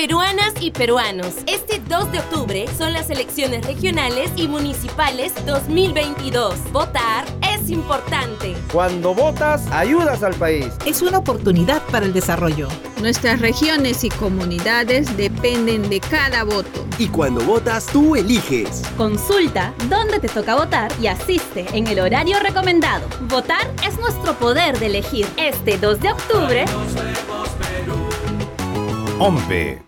Peruanas y peruanos, este 2 de octubre son las elecciones regionales y municipales 2022. Votar es importante. Cuando votas, ayudas al país. Es una oportunidad para el desarrollo. Nuestras regiones y comunidades dependen de cada voto. Y cuando votas, tú eliges. Consulta dónde te toca votar y asiste en el horario recomendado. Votar es nuestro poder de elegir. Este 2 de octubre. OMPE